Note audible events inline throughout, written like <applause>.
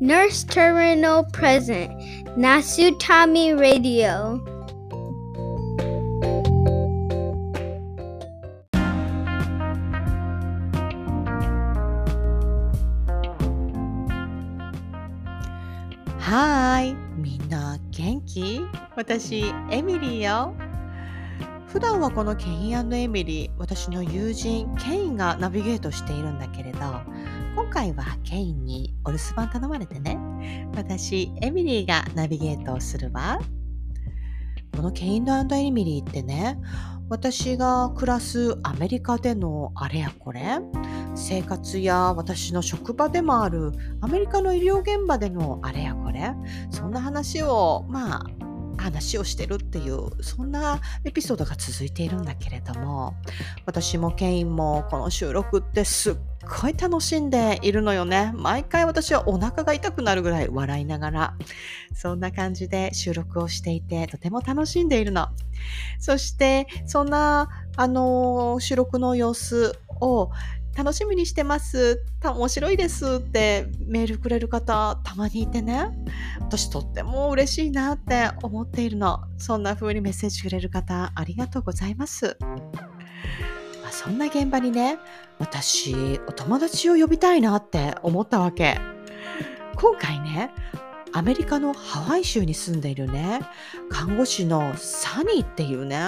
Nurse Terminal Present Nasutami Radio はーい、みんな元気私、エミリーよ。普段はこのケインエミリー、私の友人ケインがナビゲートしているんだけれど、今回はケインにお留守番頼まれてね。私、エミリーがナビゲートをするわ。このケインエミリーってね、私が暮らすアメリカでのあれやこれ、生活や私の職場でもあるアメリカの医療現場でのあれやこれそんな話をまあ話をしてるっていうそんなエピソードが続いているんだけれども私もケインもこの収録ってすっごい楽しんでいるのよね毎回私はお腹が痛くなるぐらい笑いながらそんな感じで収録をしていてとても楽しんでいるのそしてそんなあの収録の様子を楽しみにしてますた面白いですってメールくれる方たまにいてね私とっても嬉しいなって思っているのそんな風にメッセージくれる方ありがとうございます、まあ、そんな現場にね私お友達を呼びたいなって思ったわけ今回ねアメリカのハワイ州に住んでいるね看護師のサニーっていうね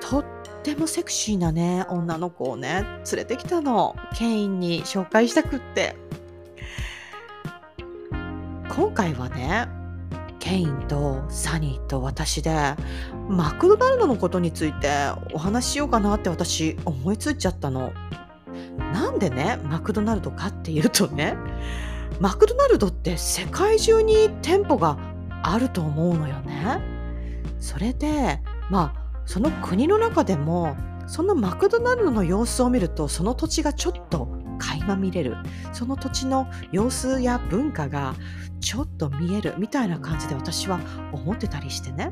とっとってもセクシーなね女の子をね連れてきたのケインに紹介したくって今回はねケインとサニーと私でマクドナルドのことについてお話ししようかなって私思いついちゃったのなんでねマクドナルドかっていうとねマクドナルドって世界中に店舗があると思うのよねそれでまあその国の中でもそのマクドナルドの様子を見るとその土地がちょっと垣間見れるその土地の様子や文化がちょっと見えるみたいな感じで私は思ってたりしてね、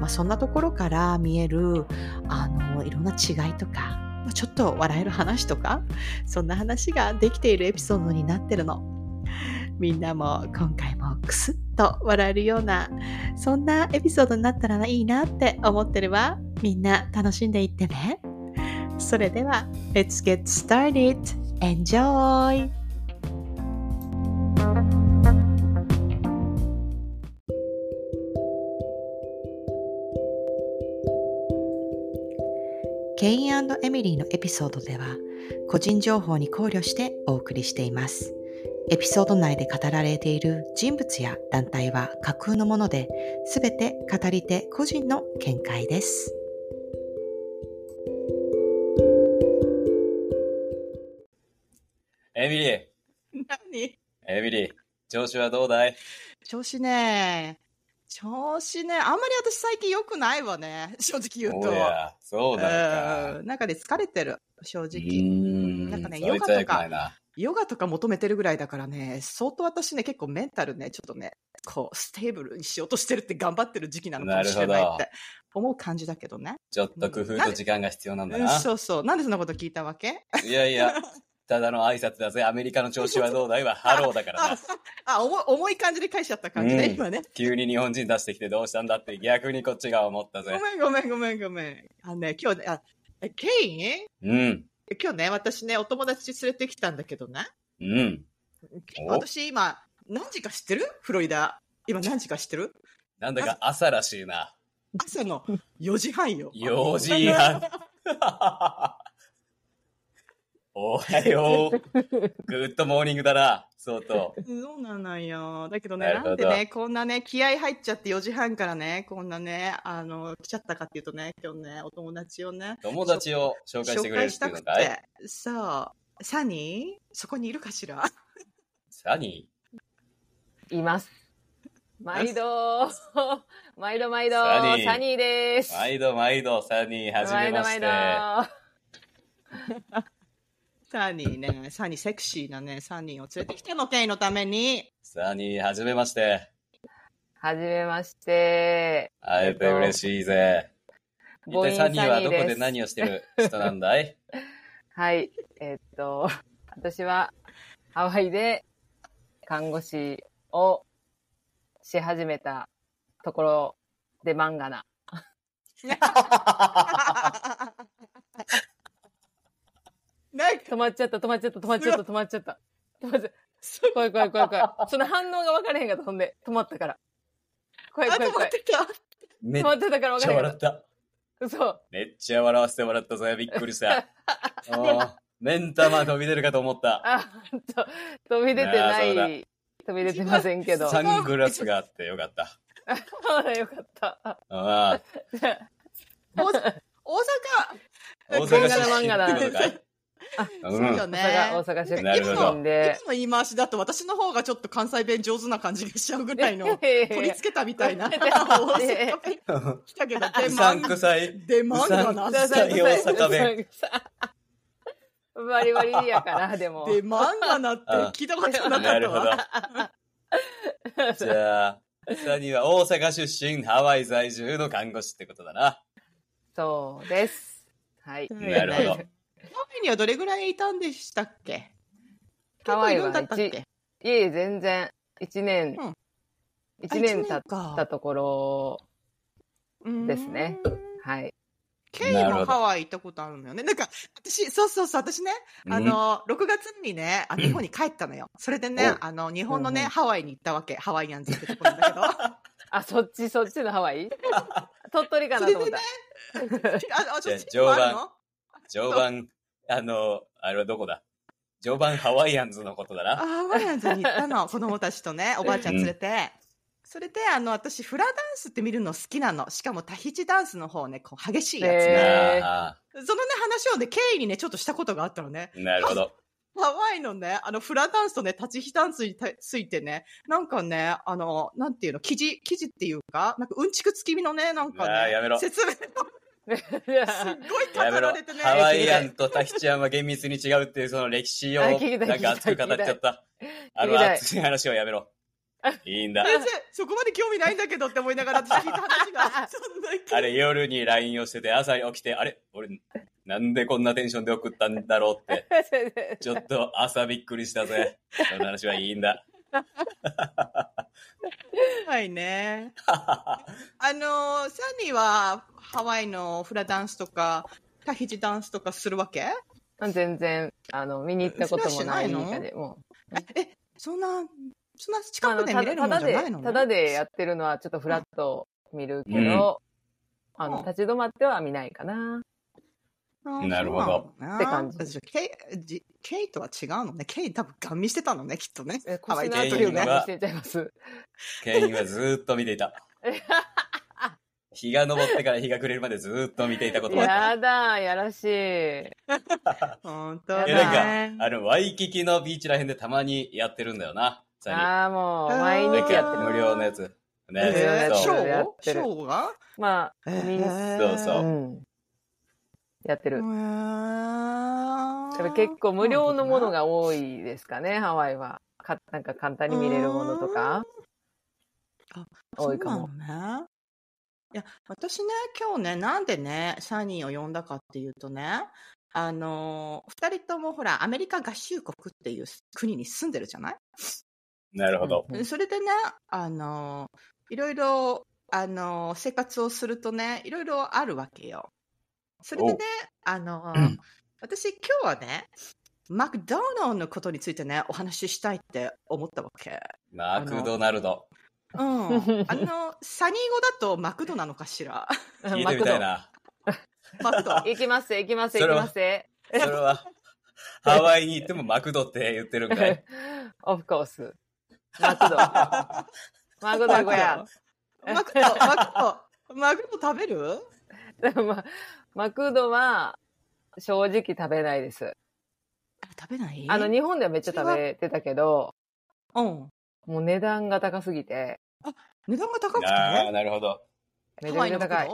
まあ、そんなところから見えるあのいろんな違いとかまあちょっと笑える話とかそんな話ができているエピソードになってるの。みんなも今回もクスッと笑えるようなそんなエピソードになったらいいなって思ってるわ。みんな楽しんでいってね。それでは、Let's get started! Enjoy! ケインエミリーのエピソードでは、個人情報に考慮してお送りしています。エピソード内で語られている人物や団体は架空のもので、すべて語り手個人の見解です。エミリー、何エミリー、調子はどうだい調子ね。調子ね。あんまり私最近良くないわね。 <laughs> 正直言うと。おや、そうなんか。うんなんかね、疲れてる。正う直。ーなんかねそいつは良くないな。ヨガとか求めてるぐらいだからね、相当私ね、結構メンタルね、ちょっとね、こう、ステーブルにしようとしてるって頑張ってる時期なのかもしれないなるっほどて思う感じだけどね。ちょっと工夫と時間が必要なんだうん、な。そうそう。なんでそんなこと聞いたわけ <laughs> いやいや、ただの挨拶だぜ。アメリカの調子はどうだ <laughs> いはハローだからあな。、あ重い重い感じで返しちゃった感じね、うん今ね。急に日本人出してきてどうしたんだって逆にこっちが思ったごぜ。めんごめんごめんごめん。あのね、今日ね、あ、えケインうん、今日ね、私ね、お友達連れてきたんだけどね。うん。ケインお私今、何時か知ってるフロリダ。今何時か知ってるなんだか朝らしいな。朝の4時半 <laughs> よ。 4時半。 <laughs> おはよ <laughs> う。グッドモーニングだな、相当。そうなのよ。だけどね、なるなほんでどね、こんなね、気合入っちゃって4時半からね、こんなね、あの、来ちゃったかっていうとね、今日ね、お友達をね、友達を紹介して紹くれる介っしていたうくのかいて。そう。サニーそこにいるかしら <laughs> サニいます。毎度、 <laughs> 毎度毎度、ササニーニーです。ー。毎度毎度、サニー、はじめまして。サニーね、サニーセクシーなね、サニーを連れてきたの、ケイのため <laughs> に。サニー、はじめまして。はじめまして。会えて嬉しいぜ。一母音体サニーはどこサニーでです何をしてる人なんだいはい。えっと、私はハワイで看護師をし始めたところで漫画な。なん止か、まっちゃった、止まっちゃった、止まっちゃった、止まっちゃった。止まっちゃった。怖い怖い怖い怖い。その反応が分からへんかった、ほんで。止まったから。怖いあ、怖止いま怖っい。てた。め止っまってたから分ちかゃら笑へんかっった。た。嘘。めっちゃ笑わせてもらったぞ。びっくりした。ああ、目ん玉飛び出るかと思った。あ、と、飛び出てなやーいそうだい。飛び出てませんけど。 <laughs> サそさうングラスがあってよかった。だ、よかった。あああ、大阪大阪漫画だ出身漫画だってことかい。そううんよね。大阪、大阪出なるほど今身で。の言い回しだと私の方がちょっと関西弁上手な感じがしちゃうぐらいの <laughs> いやいやいや取り付けたみたい <laughs> な大いやいや阪弁来たけど出うさ番んくさい。出番がなうさんくさい出よ大阪弁。 <laughs> バリバリやから、でも。番がなって聞いたことなかなったるほどわ。。じゃあ、二人は大阪出身、ハワイ在住の看護師ってことだな。そうです。はい。なるほど。ハワイにはどれぐらいいたんでしたっけハワイは結構いるんだったっ1け、いえいえ、全然、1年うん、一年経あっ一年かたところ、ですねうん。はい。ケイなるほもどハワイ行ったことあるのよね。なんか、私、そうそうそう、私ね、あうん、の、6月にね、あの日本に帰ったのよ。それでね、あの、日本のね、うんうんハワイに行ったわけ。ハワイアンズってとこなんだ <laughs> けど。あ、そっち、そっちのハワイ鳥取かなと思った。あ、あ、ちょっと、じゃああるの常磐、あの、あれはどこだ常磐ハワイアンズのことだあ、な。ハワイアンズに行ったの。子供たちと <laughs> ね、おばあちゃん連れて。それで、あの、私、フラダンスって見るの好きなの。しかも、タヒチダンスの方ね、こう、激しいやつ。へえああ、そのね、話をね、ケイにね、ちょっとしたことがあったのね。なるほど。ハワイのね、あの、フラダンスとね、立ち火ダンスにたついてね、なんかね、あの、なんていうの、生地、生地っていうか、なんかうんちくつきみのね、なんかうわーね、やめろ説明がすっごいや語めろられてね。ハワイアンとタヒチアンは厳密に違うっていうその歴史をあなん聞きたいか熱く語っちゃった。あ聞きのたい熱い話をやめろ。いいんだ。先生、そこまで興味ないんだけどって思いながら私聞いた話が、 <laughs> そんなあれ夜に LINE をしてて朝起きて、あれ俺なんでこんなテンションで送ったんだろうって。ちょっと朝びっくりしたぜ。その話はいいんだ。は <laughs> いね。あの、サニーはハワイのフラダンスとか、タヒチダンスとかするわけ <laughs> 全然、あの、見に行ったこともない珍しいの中で、もえ、そんな、そんなう。まあ近あくのでた見れだるもたんだじゃないでの、ねただでやってるのはちょっとフラッと見るけど、あうのん、立ち止まっては見ないかな。あーなるほど。そうなんだなって感じじゃあケイじケイとは違うのね。ケイ多分ガン見してたのね、きっとねえ。ハワイ腰ケイでの後にンは何してちゃいます。ケインはずーっと見ていた。日が昇ってから日が暮れるまでずーっと見ていたこともあった。やだ、やらしい。本当だいねやなんか、あの、ワイキキのビーチら辺でたまにやってるんだよな。さああ、もう、あー毎に。なん日やっか、てる。無料のやつ。ね、えー、シそう。そうやョっーシてるョーがまあ、みんな、そうそううん。やってる。だだから結構無料のものが多いですかね、ハワイは。かなんか簡単に見れるものとか。多いかも。そうなのね。いや、私ね、今日ね、なんでね、サニーを呼んだかっていうとね、あのー、二人ともほら、アメリカ合衆国っていう国に住んでるじゃないなるほど。うんそれでね、あのいろいろ、あの生活をするとね、いろいろあるわけよ。それでね、あのうん私今日はね、マクドナルドのことについてね、お話ししたいって思ったわけ。マクドナルド。うん。あ <laughs> の、サニー語だとマクドなのかしら聞いてみたいマな。マクド。クド。行きます、行きます、そ行れきはます。それは、ハワイに行ってもマクドって言ってるんか <laughs> い。オフコース。マ <laughs> クド。マクド小屋。マクド、マクド、マクド食べるでもまマクドは、正直食べないです。あ食べないあの、日本ではめっちゃ食べてたけど、うん。もう値段が高すぎて、値段が高くてああ、ね。なるほど。めちゃめちゃ高い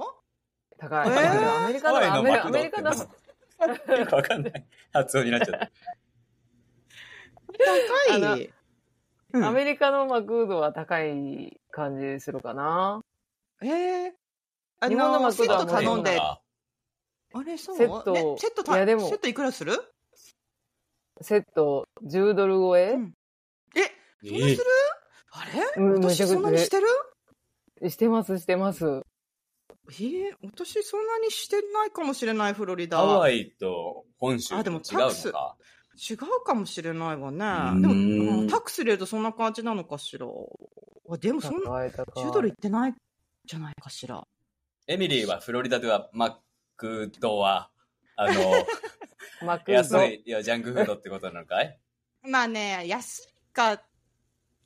ハワイのマク。ド高い。えーアメリハカのワイアのメリマカ、アクドメっリてなカのん。だ。よくわかんない。発音になっちゃった。高い。うんアメリカのマクドは高い感じするかな。ええあ日本のの、マセックドはト頼んで。ああれ、そうセットねセットたいやでもセットいくらするセット10ドル超え、うんえ、そんなする、えあれ、うんめち私ゃくちゃそんなにしてるしてます、してます。ええ私そんなにしてないかもしれない、フロリダ。ハワイと本州あででもも違うタックスのか。違うかもしれないわうんね。でも、うんタックス入れるとそんな感じなのかしら。あでもそんな、高い高い10ドルいってないじゃないかしら。エミリーはフロリダではマクドは、あ <laughs> の、マクド安い、いや、ジャンクフードってことなのかいまあね、安いか、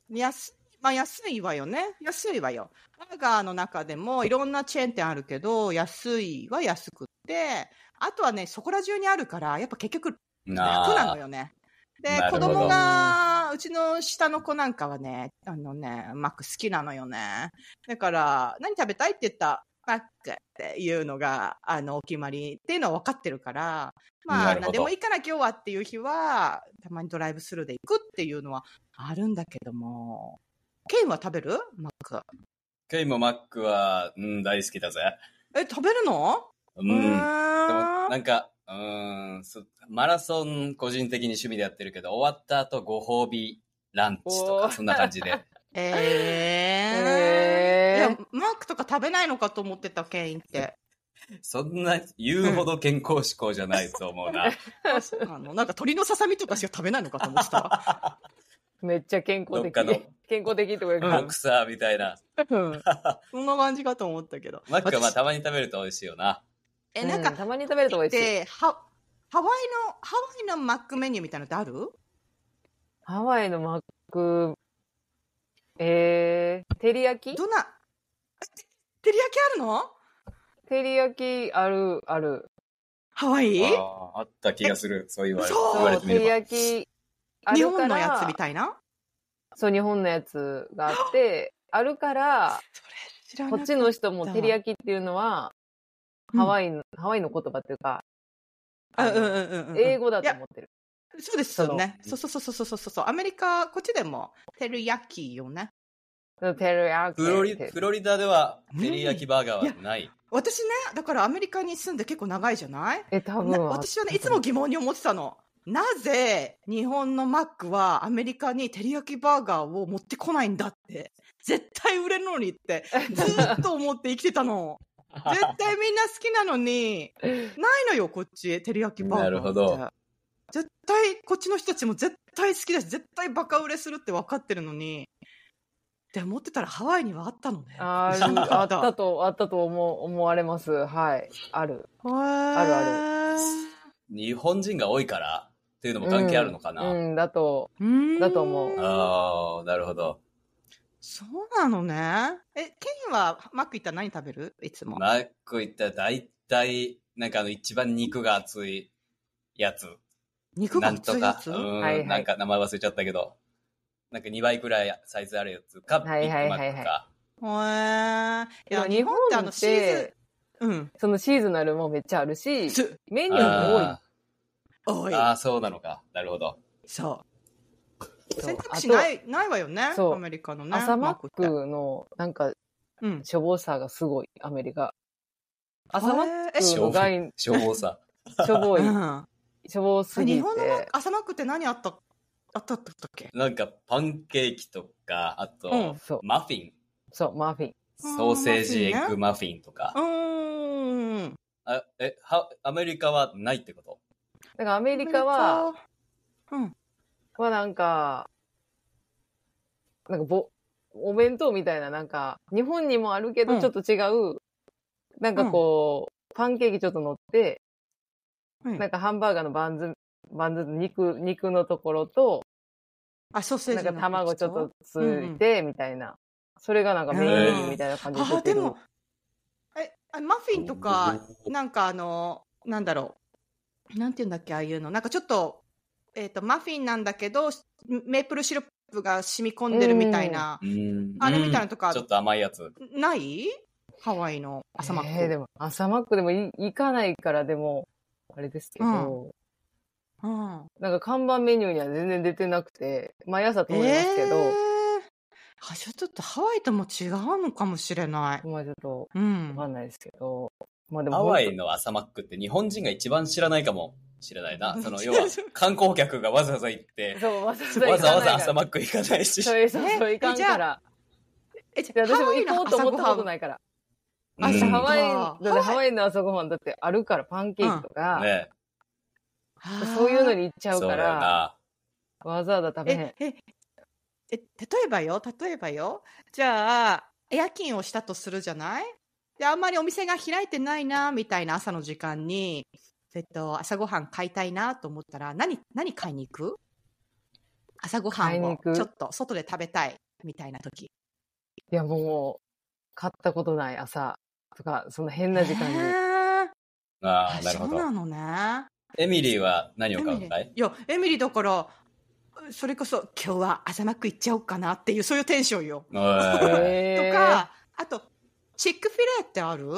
安い、まあ安いわよね。安いわよ。バーガーの中でもいろんなチェーン店あるけど、安いは安くって、あとはね、そこら中にあるから、やっぱ結局楽なのよね。でな、るほ子ど供が、うちの下の子なんかはね、あのね、マック好きなのよね。だから、何食べたいって言ったマックっていうのが、あの、お決まりっていうのは分かってるから、まなあ、るほど何でもいいから今日はっていう日は、たまにドライブスルーで行くっていうのはあるんだけども、ケインは食べるマック。ケイもマックは、うん、大好きだぜ。え、食べるのううーん。でもん。なんか、うーんそマラソン個人的に趣味でやってるけど、終わった後ご褒美ランチとおか、ーそんな感じで。えー。えーいや、マークとか食べないのかと思ってた、ケインって。そんな言うほど健康志向じゃないと思うな。あそうなのなんか鳥のささみとかしか食べないのかと思ってたわ。めっちゃ健康的どっかの。健康的とか言うかボクサーみたいな。うんそんな感じかと思ったけど。マックはまあ私たまに食べると美味しいよな。え、なんか、うたまに食べると美味しい。で、ハハワイの、ハワイのマックメニューみたいなのってあるハワイのマック、えー、照り焼きどんな、て照り焼きあるの照り焼きある、ある。ハワイあーあった気がする。そう言われそう言われてみ照りれば。焼きあ日るか本ら、のやつみたいなそう、日本のやつがあって、あるから、それ知らなこい。っちの人も照り焼きっていうのは、うんハワイの、ハワイの言葉っていうか、あうんうんうんうん、英語だとい思やってる。そうですよね。そうそうそうそうそうそう。アメリカ、こっちでも、照り焼きよね。テルヤキ。フロリフロリダでは、うん照り焼きバーガーはない。私ね、だからアメリカに住んで結構長いじゃないえ、多な分私はね、いつも疑問に思ってたの。なぜ日本のマックはアメリカに照り焼きバーガーを持ってこないんだって。絶対売れるのに <laughs> って、ずーっと思って生きてたの。絶対みんな好きなのに、ないのよ、こっち、照り焼きバーガーっなて。るほど絶対、こっちの人たちも絶対好きだし、絶対バカ売れするって分かってるのに。って思ってたらハワイにはあったのね。あ知らなるかあったと、あったと思う思われます。はい。ある。あるある。日本人が多いからっていうのも関係あるのかな。うん、だと。うーんだと思うああ、なるほど。そうなのね。え、ケインはマック行ったら何食べるいつも。マック行ったら大体、なんかあの一番肉が厚いやつ。肉がなんと熱いやか、つうん、はいはいなんか名前忘れちゃったけど、なんか2倍くらいサイズあるやつか、ビはいッはグいマはいはいックか。へーいや、でも日本ってあのシーズン、うん。そのシーズナルもめっちゃあるし、す、メニューも多いあ多いー。あー、そうなのか。なるほど。そう。そう選択肢ない、ないわよね。そうアメリカのね。朝マッってクの、なんか、うん。しょぼさがすごい、アメリカ。朝マッへークえしょのぼライン、消防 <laughs> さ。しょぼい、うしょぼすん。日ぎ本のマッてク、朝マックって何あった、あったったっけなんかパンケーキとか、あと、うんそう、マフィン。そう、マフィン。ソーセージエッグマフィンとかう。ーん。あえは、アメリカはないってことだからアメアリカは、、うん。はなんか、なんかぼ、お弁当みたいな、なんか、日本にもあるけうどんちょっと違う、なんかこう、パンケーキちょっと乗って、うんなんかハンバーガーのバンズ、バンズ、肉、肉のところと、あ、ソーセーなジんかの卵ちょっとついて、みたいな。それがなんかメインみたいな感じであ出てでる。もえあマフィンとかなんかあのなんだろうなんていうんだっけああいうのなんかちょっと,、えー、とマフィンなんだけどメープルシロップが染み込んでるみたいな、うんあれみたいなとかちょっと甘いやつ。ないハワイの朝マック、えーでも、朝マックでもい行かないから、でも、あれですけど、うん、なんか看板メニューには全然出てなくて、毎朝通りますけど、えーあじゃあちょっとハワイとも違うのかもしれない。まあちょっと、うんわかんないですけど、まあでも、ハワイの朝マックって日本人が一番知らないかも。知らないな。その、要 <laughs> は、観光客がわざわざ行って、そう、わざわざわわざ行かざないか朝ら。マック行かないし。そういう、そうそう、えいかんから。え、じで私も行こうと思ったことい。ないから。うん朝ごはハんワイ、だってはいハワイの朝ごはんだってあるから、パンケーキとか、ねそういうのに。に行っちゃそううだかよら、な。わざわざ食べへんえ。、え、え、例えばよ、例えばよ。じゃあ、夜勤をしたとするじゃないで、あんまりお店が開いてないな、みたいな朝の時間に、えっと、朝ごはん買いたいなと思ったら、何、何買いに行く朝ごは買いんにを行くちょっと外で食べたい、みたいな時。いや、もう、買ったことない朝とか、その変な時間に。へーあああ、なるほそどうな。のね。エミリーは何をエ買ミうリんだーいいや、エミリーだから、それこそ今日は朝マック行っちゃおうかなっていう、そういうテンションよ。おーへーとか、あと、チックフィレってある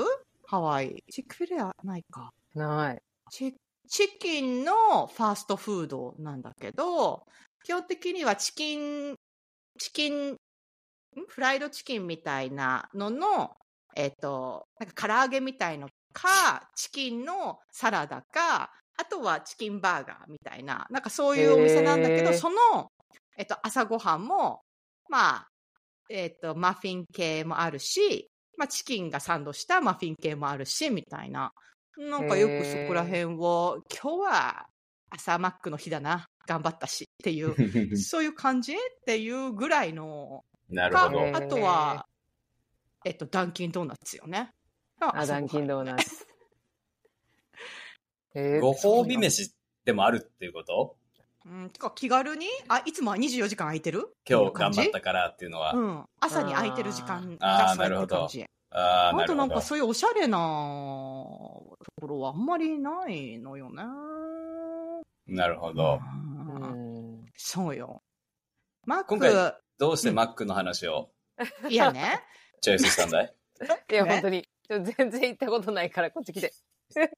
ハワイ。チックフィレはないか。ない。チチキンのファーストフードなんだけど、基本的にはチキン、チキン、んフライドチキンみたいなのの、えっ、と、なんか唐揚げみたいのか、チキンのサラダか、あとはチキンバーガーみたいな、なんかそういうお店なんだけど、へーその、えっ、と、朝ごはんも、まあ、えっ、と、マフィン系もあるし、まあ、チキンがサンドしたマフィン系もあるし、みたいな。なんかよくそこら辺を、今日は朝マックの日だな、頑張ったしっていう、そういう感じっていうぐらいの、なるかほあど。ねとは、えっと、ダンキンドーナツよね。あ、ダンキンナドーナツ。えーご褒美飯でもあるっていうことツ。うん、てか気軽にあ、いつもは24時間空いてる今日頑張ったていうからっていうのは。感じうん。朝に空いてる時間あーがそういう感じ。ああ、あなとるなほんかど。そういうおしゃれなところはあんまりないのよね。なるほど。ううんんそうよ。マック、今回どうしてマックの話をいやね。チョイスしたん <laughs> <laughs> だいいや、ね本当に。ちょ全然行ったことないから、こっち来て。そう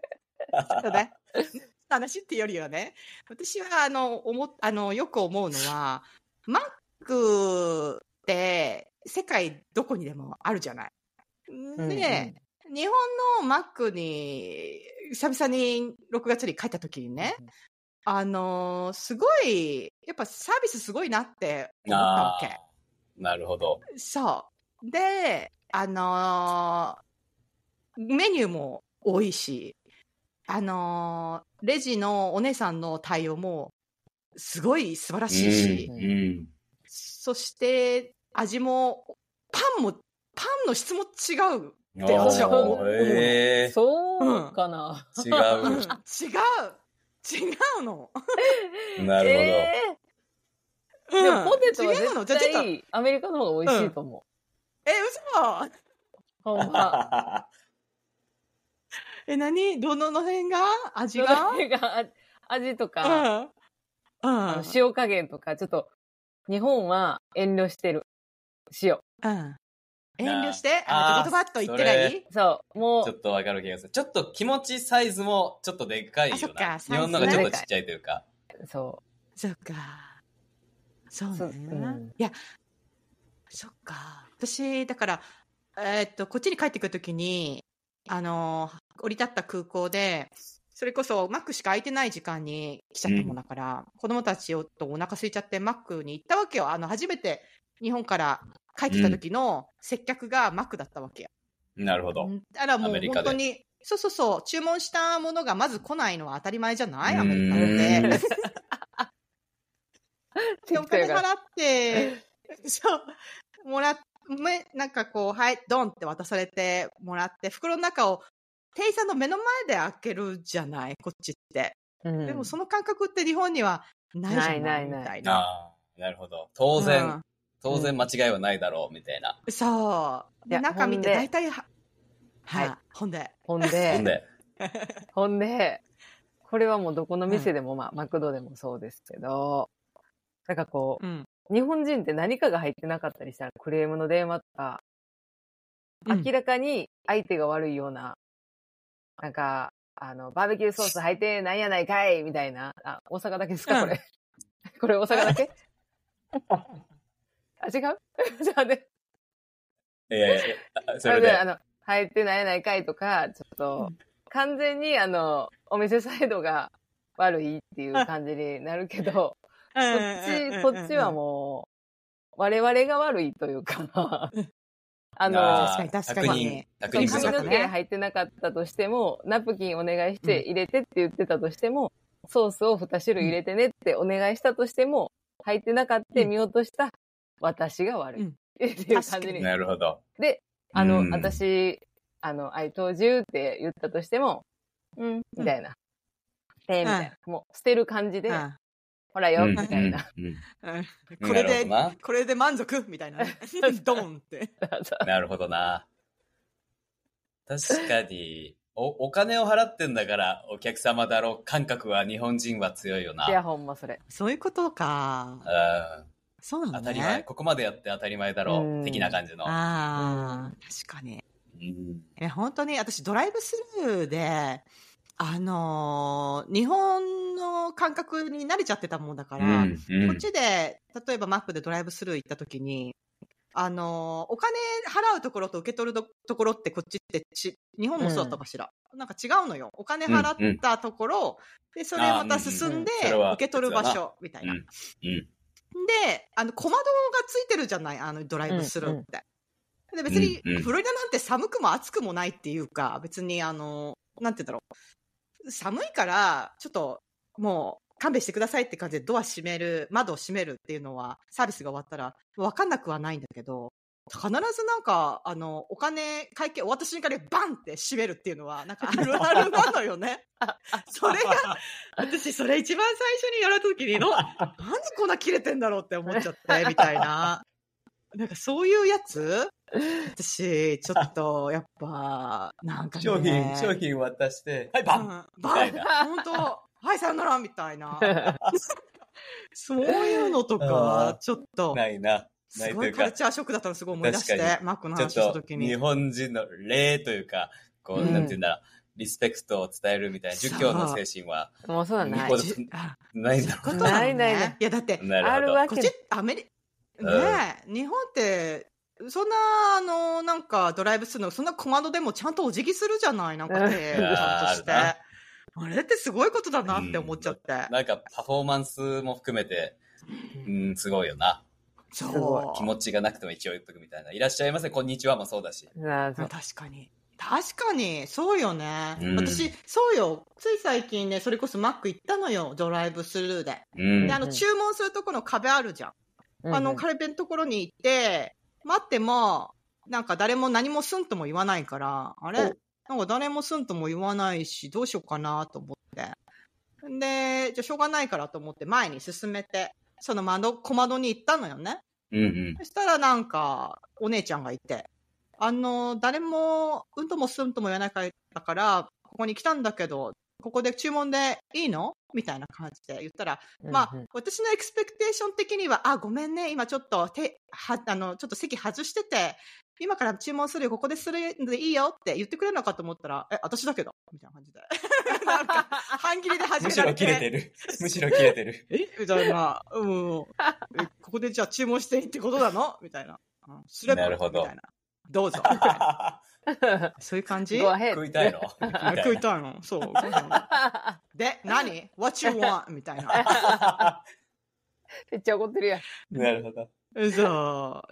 だね。 <laughs> 話っていうよりはね、私はあの、思っ、あの、よく思うのは、マックって世界どこにでもあるじゃない。んで、日本のマックに、久々に6月に帰った時にね、あのすごい、やっぱサービスすごいなって思ったわあけ。あ、なるほど。そう。で、あのーメニューも多いし、あのーレジのお姉さんの対応もすごい素晴らしいし、うんうん。そして味も、パンも、パンの質も違う。おで私は思ーうええそうかな。 <laughs> 違うんう。あ違う違うの。なるえうーんでもポテトは違うの。じゃあ絶ちょっと、え、対、アメリカの方が美味しいと思嘘う。ほほんま。ど。え、何どのの辺が味そがれがあ味とうか、ん。あうのん。塩加減とか、ちょっと、日本は遠慮してる。塩。うん。遠慮して、あーあの、ドバドバっと言ってそなれいそう。も <laughs> ちょう、っとわかる気がする。ちょっと気持ちサイズもちょっとでっかいよあそな。っか日本のがちサょイズっとちっちゃいというか。そそっか。そうね。そううんいや、そっか。私、だから、えーっと、こっちに帰ってくるときに、あのー降り立った空港で、それこそマックしか空いてない時間に来ちゃったもんだから、子供たちをとお腹空いちゃってマックに行ったわけよ。あの、初めて日本から帰ってきた時の接客がマックだったわけよ。なるほど。だからもアうメリ本カで当に、そうそうそう、注文したものがまず来ないのは当たり前じゃないアメリカうって。 <laughs> ーんで、お金払って、 <laughs> そう、もらっ、め、なんかこう、はい、ドンって渡されてもらって、袋の中を店員さんの目の前で開けるじゃない、こっちって。うん。でもその感覚って日本にはないじゃないないないないみたいな。ああ、なるほど。当然、うん当然間違いはないだろう、みたいな。そう。いで、や中見てほんで大体は、はいはい、ほんで。ほんほんで、で、ほんで、これはもうどこの店でも、まあ、マクドでもそうですけど、なんかこうん。う、日本人って何かが入ってなかったりしたら、クレームの電話とか、うん明らかに相手が悪いような、なんか、あの、バーベキューソース入ってないやないかいみたいな。あ、大阪だけですかこれ。 <laughs> これ大阪 <laughs> だけあ、違う <laughs> じゃあね、えー、あそあれれでであ、の、入ってないやないかいとか、ちょっと、完全にあの、お店サイドが悪いっていう感じになるけど、うんそっうんち、そっちはもう、我々が悪いとい <laughs> うか、あの、あー確かに確そ認う確認不髪足のね。毛入ってなかったとしても、ナプキンお願いして入れてって言ってたとしても、ソースを2種類入れてねってお願いしたとしても、入ってなかったうん見落とした私が悪いっていう感じに。なるほど。で、あの、うん私、あの、I told you って言ったとしても、うん、みたいな。えーみたいな。もう捨てる感じで、あほらよ、みたいな。うんうんうんうんこなるほれでどな、これで満足みたいな <laughs> ね。ドンって。なるほどな。確かに、お、お金を払ってんだから、お客様だろう感覚は日本人は強いよな。いや、ほんまそれ。そういうことか。うんそうな当たんだり前、ね。ここまでやって当たり前だろうんう、的な感じの。あうんあ、確かに。うんえ、本当に私ドライブスルーで、あのー日本の感覚に慣れちゃってたもんだかうら、んうんこっちで、例えばマップでドライブスルー行った時に、あのーお金払うところと受け取るとところってこっちってち、日本もそうだったかしら、なんか違うのよ。お金払ったところ、で、それまたあー進んでうんうんうんそれ、は受け取る場所、みたいな。うんうんで、あの、小窓がついてるじゃないあのドライブスルーって。で、別にうんうん、フロリダなんて寒くも暑くもないっていうか、別にあの、なんて言うんだろう。寒いから、ちょっと、もう、勘弁してくださいって感じでドア閉める、窓を閉めるっていうのは、サービスが終わったら、わかんなくはないんだけど、必ずなんか、あの、お金、会計終わった瞬間にバンって閉めるっていうのは、なんかあるあるなのよね。それが、私、それ一番最初にやられた時にの、なんでこんな切れてんだろうって思っちゃって、みたいな。なんかそういうやつ私、ちょっと、やっぱ、なんか、ね、商品、商品渡して、はい、バうンんたバンいな本当はい、さよならみた <laughs> いな。そういうのとかあ、ちょっと、ないな。なすいとごいいうカルか、チャーショックだったのすごい思い出し確てか、マックのちょ話っしたと時日に。本人の礼というか、こう、うんなんて言うんだろう、リスペクトを伝えるみたいな、儒教の精神はもうそうなんだ日な本い。だじあないんそだういうろことうなのねないないないいや、だって、な。あなるるほどわこけっち、アメリ、ねえ、日本って、そんな、あの、なんか、ドライブするの、そんなコマンドでもちゃんとお辞儀するじゃないなんか手、ちゃんとして。あーああれってすごいことだなって思っちゃって。なんかパフォーマンスも含めて、うん、すごいよな。すごそう。気持ちがなくても一応言っとくみたいな。いらっしゃいませ、こんにちはもそうだし。なあそう確かに。確かに、そうよね。うん私、そうよ。つい最近ね、それこそマック行ったのよ。ドライブスルーで。うんで、あ。の、うん注文するとこの壁あるじゃん。うんあの、カレペンのところに行って、待っても、なんか誰も何もすんとも言わないから、あれなんか誰もすんとも言わないし、どうしようかなと思って。で、じゃあしょうがないからと思って前に進めて、その窓、小窓に行ったのよね。うんうん。そしたらなんか、お姉ちゃんがいて、あの、誰も、うんともすんとも言わなかったから、ここに来たんだけど、ここで注文でいいのみたいな感じで言ったら、ま <laughs> あ、私のエクスペクテーション的には、あ、ごめんね、今ちょっと、手、は、あの、ちょっと席外してて、今から注文するよ、ここでするんでいいよって言ってくれるのかと思ったら、え、私だけど、みたいな感じで。 <laughs> なんか、半切りで始 <laughs> むめしらろれ切れてる。むしろ切れて <laughs> る。えみたいな。うん。えここでじゃあ注文していいってことなのみたいな。うん、スレッパなるほどみたいな。ど <laughs> うぞ。みたいなそういう感じごへん食いたいのみたいな食いたいの。そう。ご飯で、何 ?What you want? みたいな。 <laughs> めっちゃ怒ってるやん。 <laughs> なるほど。えそう。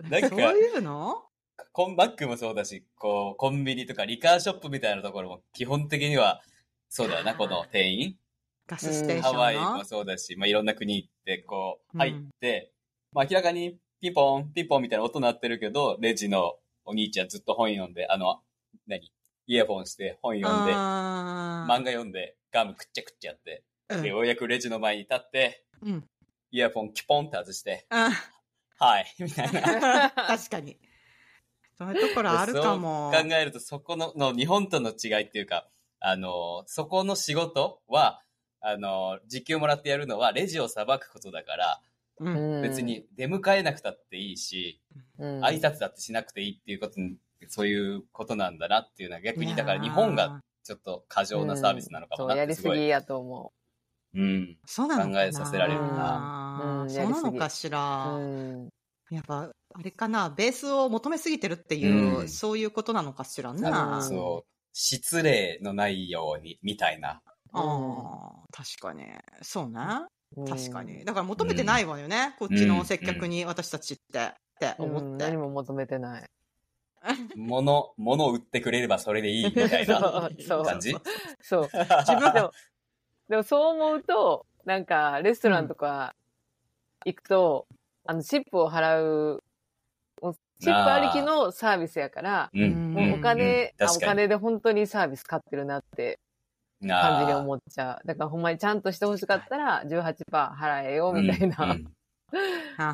なんかそういうのコンバックもそうだし、こう、コンビニとかリカーショップみたいなところも基本的には、そうだよな、この店員。ガスステーショハンの。ワイもそうだし、まあ、いろんな国行って、こう、うん入って、まあ、明らかにピンポン、ピンポンみたいな音鳴ってるけど、レジのお兄ちゃんずっと本読んで、あの、何イヤホンして本読んで、あー漫画読んで、ガムくっちゃくっちゃやって、うんでようやくレジの前に立って、うん。イヤホンキュポンって外して、あはい、みたいな。確かに。そういうところあるかも。そう考えると、そこのの日本との違いっていうか、あの、そこの仕事は、あの、時給もらってやるのは、レジをさばくことだから、うん別、に出迎えなくたっていいし、うん挨拶だってしなくていいっていうことに、そういうことなんだなっていうのは逆に、だから日本いやがーちょっと過剰なサービスなのかそもう、なやってりすすごい。ぎやと思うん。そうなのかな考えさせられるなうんうんそうなのかしう。ら、うん。やっぱあれかなベースを求めすぎてるっていう、うんそういうことなのかしらあな <laughs> そう。失礼のないように、みたいな。ああ、確かに。そうね。うん確かに。だから求めてないわよね。こっちの接客に私たちって、ってうん思っ何て。も求めてない。物、物売ってくれれば <laughs> それでいいみたいなそう感じそう。自分でも、でもそう思うと、なんか、レストランとか行くと、あの、チップを払う、もうチップありきのサービスやから、うんうもんうお金、うんあ確おかに金で本当にサービス買ってるなって感じで思っちゃう。だからほんまにちゃんとしてほしかったら18%払えよみたいな。うんう <laughs> ん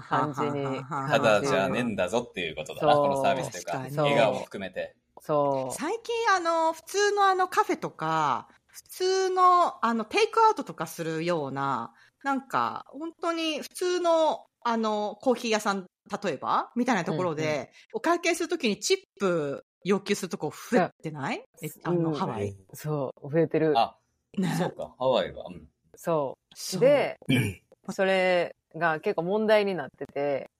感じにただ悲しいじゃねえんだぞっていうことだな、そうこのサービスというか、確かに笑顔も含めて。そう。最近あの普通のあのカフェとか普通のあのテイクアウトとかするようななんか本当に普通のあのコーヒー屋さん例えばみたいなところで、うんお会計するときにチップ要求するとこ増えてない、えあのうんハワイ、そう。増えてる。あ、ねそうか、ハワイは。うんそ。そうで、うんそれが結構問題になってて、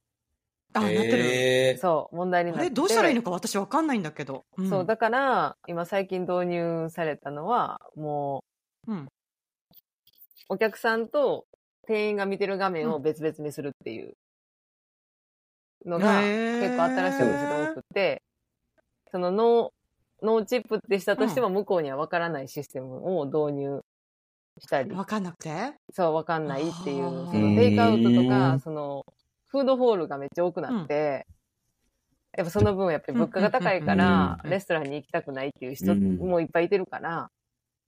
あなってる、えーそう、問題になっあてて。れどうしたらいいのか私わかんないんだけど、んそう、だから、今最近導入されたのは、もう、うんお客さんと店員が見てる画面を別々にするっていうのが、へー結構新しいお店が多くて、そのノー、ノーチップってしたとしても向こうには分からないシステムを導入したり、わかんなくてそう、分かんないっていう、あーそのテイクアウトとうかん、その、フードホールがめっちゃ多くなって、やっぱその分やっぱり物価が高いかうんうんらうん、うんレストランに行きたくないっていう人うんもいっぱいいてるから、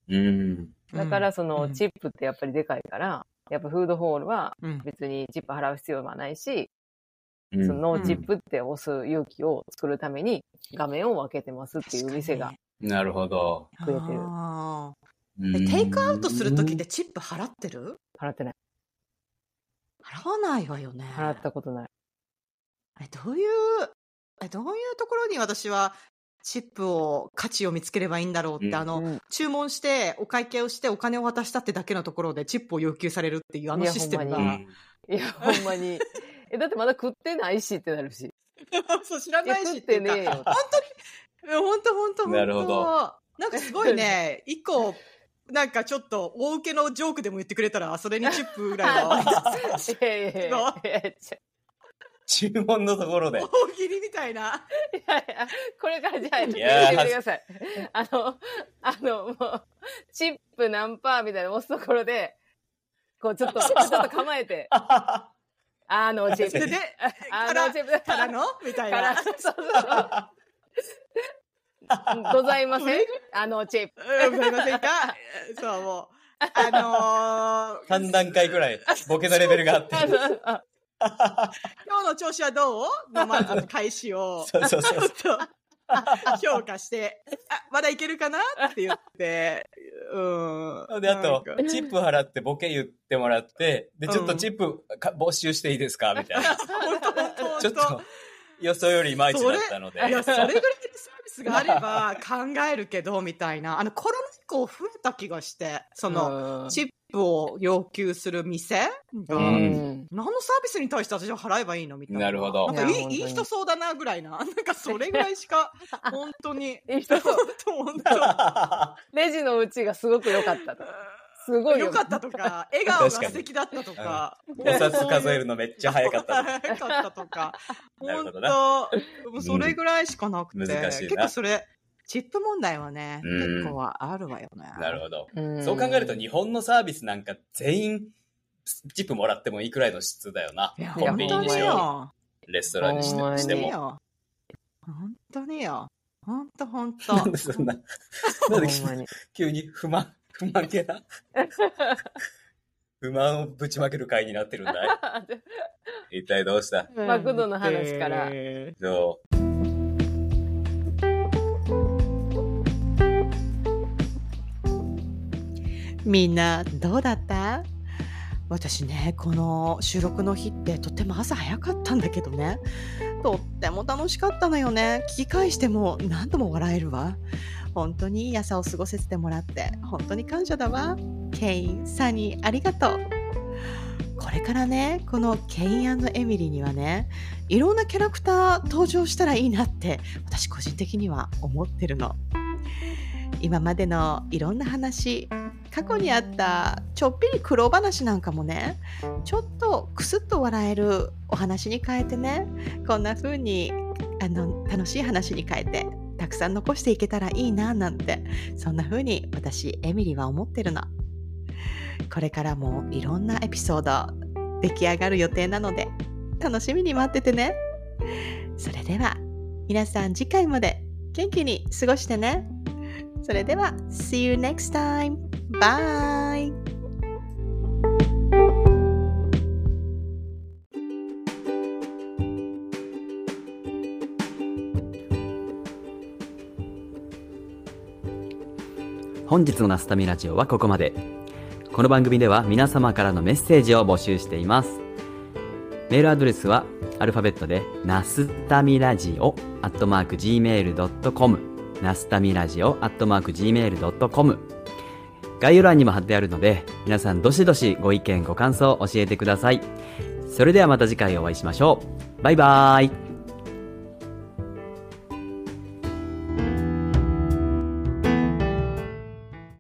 うん。だからそのうんチップってやっぱりでかいから、やっぱフードホールはうん別にチップ払う必要はないし、うんそのノーチップって押す勇気を作るために画面を分けてますっていう店が。なるほど。増えてるあうーんえテイクアウトするときってチップ払ってる払ってない。払わないわよね。払ったことない。えどういう、えどういうところに私はチップを、価値を見つければいいんだろうって、うんあの、うん注文して、お会計をして、お金を渡したってだけのところでチップを要求されるっていうあのいやシステムほんまがに。いや、ほんまに。え、だってまだ食ってないしってなるし。 <laughs> そう、知らいやない食しっっていてうかねえよ。うんほんとほんとほんと。なるほどなんかすごいね、一個、なんかちょっと、大受けのジョークでも言ってくれたら、それにチップぐら <laughs> いの、いやいやいやいやいやい注文のところで大。喜利みた <laughs> いな。や、これからじゃあ、やっていやーみてください。あの、あの、もう、チップ何パーみたいなの押すところで、こう、ちょっと、ちょっと構えて、あのチッで、プ、で、あからのチップ、からのみたいから、な。そうそうそう。ございません。あのチッ <laughs> プ。うんわかりませんかそう、もう。あのー3段階ぐらい、ボケのレベルがあって。 <laughs> あのあ今日の調子はどうのまず開始を、ちそうそうそうょっ。と、あ評価して、あ、まだいけるかなって言って、うん。で、あとなんか、チップ払ってボケ言ってもらって、で、ちょっとチップか募集していいですかみたいな。ほんとほんとほんちょっと、予想よりいまいちだったので。い <laughs> や、それぐらいのサービスがあれば <laughs> 考えるけど、みたいな。あの、コロナ以降増えた気がして、その、うんチップを要求する店が、ううんん何のサービスに対して私は払えばいいのみたいな。なるほどなんかいやい本当いにいい人そうだなぐらいな。なんかそれぐらいしか、本当に。いい人そう本当本レジのうちがすごく良かったと。すご当。いよかったと <laughs> か、笑顔が素敵だったとか、お札数えるのめっちゃ早かった。早かったとか、なるほ本どな当、もうそれぐらいしかなくて、うん難しいな結構それ、チップ問題はね、うん結構はあるわよね。 <laughs> なるほど。んそう考えると、日本のサービスなんか全員、チップもらってもいいくらいの質だよな。いや、コン本ビニ当にしによよ。う、レストランにしほんまてにしても。本当によ。本当本当。 <laughs> なんでそんな、なんでほんまに。急 <laughs> に不満、不満げ <laughs> な。不満をぶちまける会になってるんだい。一体どう <laughs> した <laughs> マクドの話からえそう。ーみんなどうだった私ねこの収録の日ってとっても朝早かったんだけどねとっても楽しかったのよね聞き返しても何度も笑えるわ本当にいい朝を過ごせてもらって本当に感謝だわケインサニーありがとうこれからねこのケインエミリーにはねいろんなキャラクター登場したらいいなって私個人的には思ってるの今までのいろんな話過去にあったちょっぴり苦労話なんかもねちょっとクスッと笑えるお話に変えてねこんな風にあの楽しい話に変えてたくさん残していけたらいいななんてそんな風に私エミリーは思ってるのこれからもいろんなエピソード出来上がる予定なので楽しみに待っててねそれでは皆さん次回まで元気に過ごしてねそれでは See you next time! Bye! 本日のナスタミラジオはここまでこの番組では皆様からのメッセージを募集していますメールアドレスはアルファベットでナスタミラジオアットマーク Gmail.com ナスタミラジオアットマーク Gmail.com 概要欄にも貼ってあるので皆さんどしどしご意見ご感想を教えてくださいそれではまた次回お会いしましょうバイバーイ